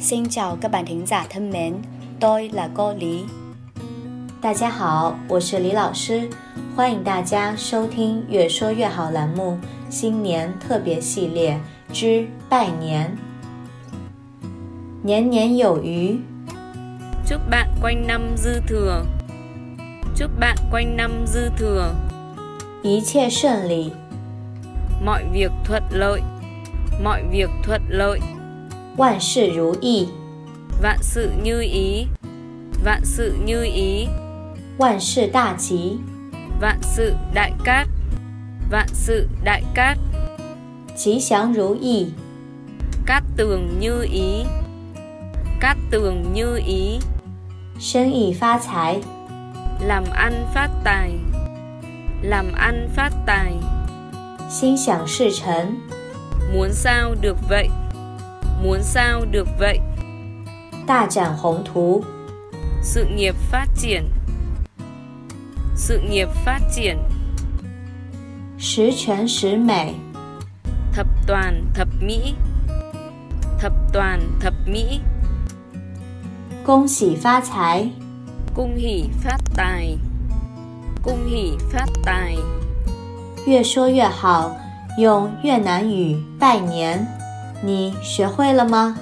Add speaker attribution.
Speaker 1: Xin chào các bạn thính giả thân mến, tôi là cô Lý.
Speaker 2: 大家好，我是李老师，欢迎大家收听《越说越好》栏目新年特别系列之拜年，年年有余。
Speaker 3: Chúc bạn quanh năm dư thừa. Chúc bạn quanh năm dư thừa,
Speaker 2: 一切顺利，
Speaker 3: mọi việc thuận lợi. Mọi việc thuận lợi,
Speaker 2: 万事如意，
Speaker 3: vạn sự như ý. Vạn sự như ý,
Speaker 2: 万事大吉，
Speaker 3: vạn sự đại cát. Vạn sự đại cát,
Speaker 2: 吉祥如意，
Speaker 3: cát tường như ý. Cát tường như ý,
Speaker 2: 生意发财，
Speaker 3: làm ăn phát tài. Làm ăn phát tài,
Speaker 2: 心想事成，
Speaker 3: muốn sao được vậy. Muốn sao được vậy.
Speaker 2: 大展宏图，
Speaker 3: sự nghiệp phát triển sự nghiệp phát triển
Speaker 2: 十全十美，
Speaker 3: thập toàn thập mỹ thập toàn thập mỹ
Speaker 2: 恭喜发财，
Speaker 3: cung hỷ phát tài cung hỷ phát tài
Speaker 2: 越说越好。用越南语拜年，你学会了吗？